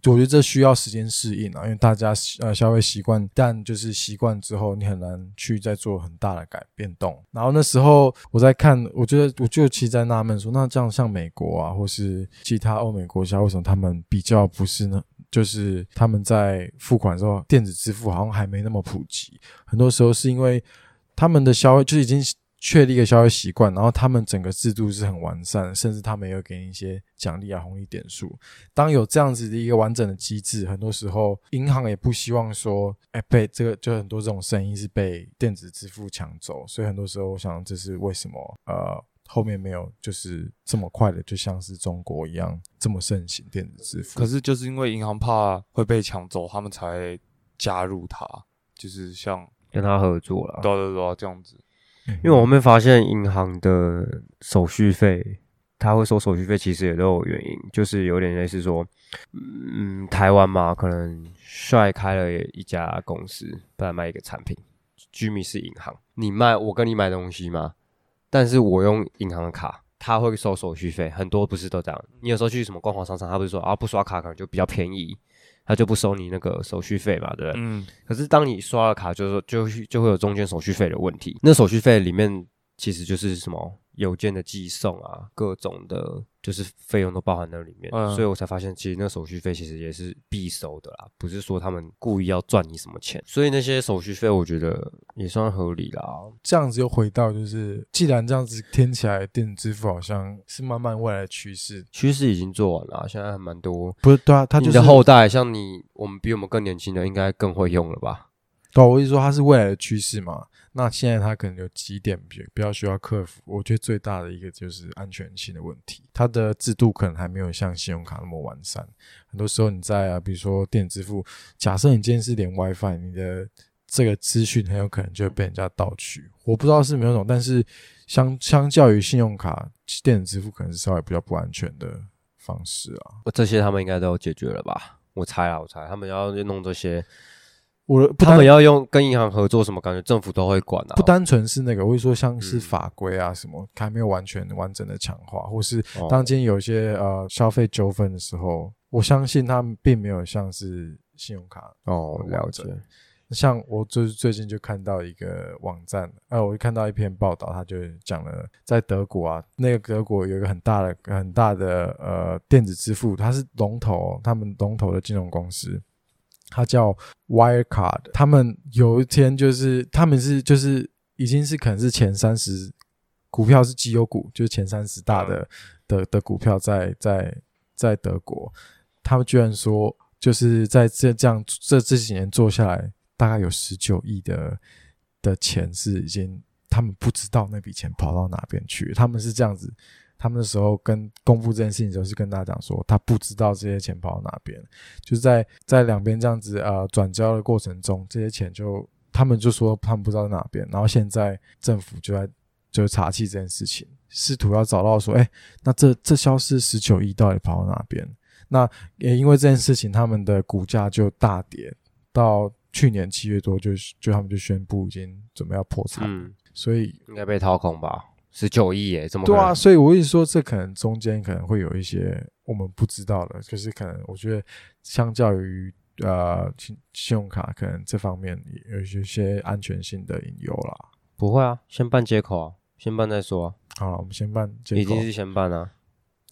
C: 我觉得这需要时间适应啊，因为大家习呃消费习惯，但就是习惯之后，你很难去再做很大的改变动。然后那时候我在看，我觉得我就其实在纳闷说，那这样像美国啊，或是其他欧美国家，为什么他们比较不是呢？就是他们在付款的时候，电子支付好像还没那么普及，很多时候是因为他们的消费就是已经确立一个消费习惯，然后他们整个制度是很完善，甚至他们也有给你一些奖励啊、红利点数。当有这样子的一个完整的机制，很多时候银行也不希望 说，哎、被这个就很多这种生意是被电子支付抢走，所以很多时候我想这是为什么呃。后面没有就是这么快的，就像是中国一样这么盛行电子支付。
A: 可是就是因为银行怕会被抢走，他们才加入它，就是像
B: 跟他合作了。
A: 对啊对啊对啊这样子。
C: 嗯
B: 因为我们发现银行的手续费，他会收手续费，其实也都有原因，就是有点类似说，嗯，台湾嘛，可能帅开了一家公司，在卖一个产品，居民是银行，你卖我跟你买东西嘛，但是我用银行的卡，他会收手续费，很多不是都这样。你有时候去什么逛逛商场，他不是说啊不刷卡可能就比较便宜，他就不收你那个手续费嘛，对不对？
A: 嗯，
B: 可是当你刷了卡，就是说就会就会有中间手续费的问题。那手续费里面其实就是什么邮件的寄送啊，各种的，就是费用都包含在里面。
A: 嗯
B: 所以我才发现，其实那手续费其实也是必收的啦，不是说他们故意要赚你什么钱。所以那些手续费，我觉得也算合理啦。
C: 这样子又回到就是，既然这样子听起来电子支付好像是慢慢未来的趋势，
B: 趋势已经做完了啊，现在还蛮多。
C: 不是对啊，它
B: 你
C: 就是
B: 的后代，像你，我们比我们更年轻的，应该更会用了吧？
C: 对啊、我一直说它是未来的趋势嘛。那现在它可能有几点比比较需要克服，我觉得最大的一个就是安全性的问题，它的制度可能还没有像信用卡那么完善。很多时候你在啊，比如说电子支付，假设你今天是连 WiFi，你的这个资讯很有可能就会被人家盗取。我不知道是没有懂，但是相相较于信用卡，电子支付可能是稍微比较不安全的方式啊。
B: 这些他们应该都有解决了吧？我猜啊，我猜他们要弄这些。
C: 我不
B: 他
C: 单
B: 们要用跟银行合作什么，感觉政府都会管啊。
C: 不单纯是那个，我是说像是
B: 嗯
C: 法规啊什么，还没有完全完整的强化，或是
B: 哦
C: 当今有一些呃消费纠纷的时候，我相信他们并没有像是信用卡。
B: 哦，了解。
C: 像我就是最近就看到一个网站，呃，我就看到一篇报道，他就讲了，在德国啊，那个德国有一个很大的、很大的呃电子支付，它是龙头，他们龙头的金融公司，它叫 Wirecard，他们有一天就是他们是就是已经是可能是前三十股票是绩优股，就是前三十大的、的的股票在在在德国，他们居然说就是在这这样这这几年做下来，大概有十九亿的的钱是已经他们不知道那笔钱跑到哪边去，他们是这样子。他们那时候跟公布这件事情的时候，是跟大家讲说，他不知道这些钱跑到哪边，就是在在两边这样子呃转交的过程中，这些钱就他们就说他们不知道在哪边，然后现在政府就在就是查气这件事情，试图要找到说，哎、那这这消失十九亿到底跑到哪边？那也因为这件事情，他们的股价就大跌，到去年七月多就就他们就宣布已经准备要破产，
B: 嗯，
C: 所以
B: 应该被掏空吧？十九亿耶，这么
C: 对
B: 可
C: 啊，
B: 能
C: 所以我一直说这可能中间可能会有一些我们不知道的，可是可能我觉得相较于呃信信用卡，可能这方面有一些安全性的隐忧啦。
B: 不会啊，先办接口啊，先办再说啊，
C: 好了，我们先办
B: 已
C: 接口
B: 经。是先办啊。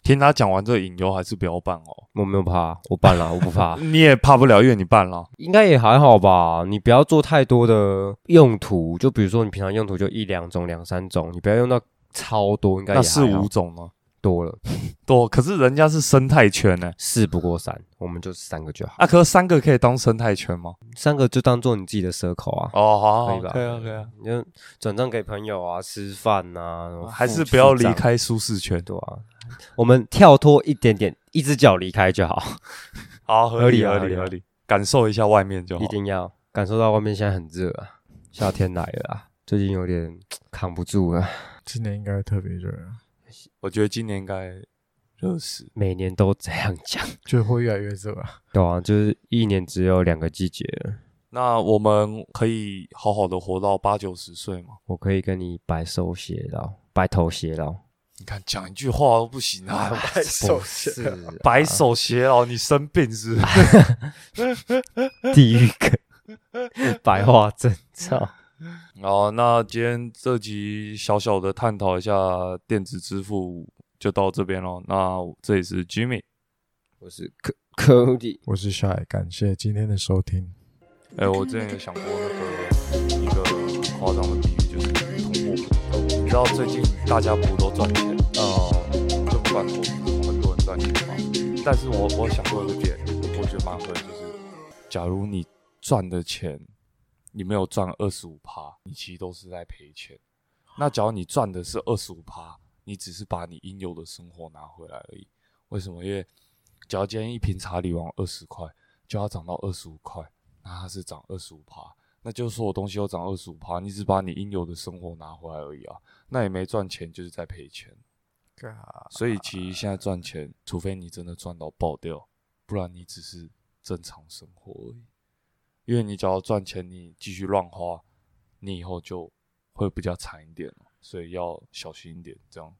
A: 听他讲完这个隐忧，还是不要办哦。，
B: 我没有怕啊，我办 了，我不怕
A: 你也怕不了，因为你办了。
B: 应该也还好吧。你不要做太多的用途，就比如说你平常用途就一两种、两三种，你不要用到超多，应该也
A: 那四
B: 还好
A: 五种呢？
B: 多了，
A: 多，可是人家是生态圈呢、
B: 四不过三，我们就三个就好，
A: 啊，可是三个可以当生态圈吗？
B: 三个就当做你自己的蛇口啊。
A: 哦，好
B: 可
A: 好
B: 以吧
A: 可以啊，可以啊，
B: 你就转账给朋友啊，吃饭呐、然后
A: 还是
B: 付
A: 不要
B: 付
A: 离
B: 账
A: 开舒适圈。
B: 对啊，我们跳脱一点点，一只脚离开就好，
A: 好，合理
B: 合理啊
A: 合理
B: 合理啊
A: 合理，感受一下外面就好
B: 一。定要感受到外面现在很热啊，夏天来了啊，最近有点扛不住啊了，
C: 今年应该会特别热啊，
A: 我觉得今年应该热死。
B: 每年都这样讲，
C: 就会越来越热啊。
B: 对啊，就是一年只有两个季节了，
A: 那我们可以好好的活到八九十岁吗？
B: 我可以跟你白手偕老，白头偕老，
A: 你看，讲一句话都不行啊！ 白
B: 不是啊
A: 白手偕老，你生病是不 是？
B: 地狱梗，白化症，操，
A: 哦，那今天这集小小的探讨一下电子支付就到这边咯。那这里是 Jimmy，
B: 我是科科迪。
C: 我是 shy，感谢今天的收听。
A: 哎、我之前有想过那个一个很夸张的比喻，就是通货膨胀。你知道最近大家不都赚钱，
B: 哦，
A: 就不管投资，很多人赚钱嘛。但是我我想过一个点，我觉得蛮合理，就是假如你赚的钱你没有赚二十五趴，你其实都是在赔钱。那假如你赚的是二十五趴，你你只是把你应有的生活拿回来而已。为什么？因为只要今天一瓶茶里王二十块，就要涨到二十五块，那它是涨二十五趴，那就是所有东西都涨二十五趴，你只把你应有的生活拿回来而已啊，那也没赚钱，就是在赔钱。所以其实现在赚钱，除非你真的赚到爆掉，不然你只是正常生活而已。因为你只要赚钱，你继续乱花，你以后就会比较惨一点了所以要小心一点。这样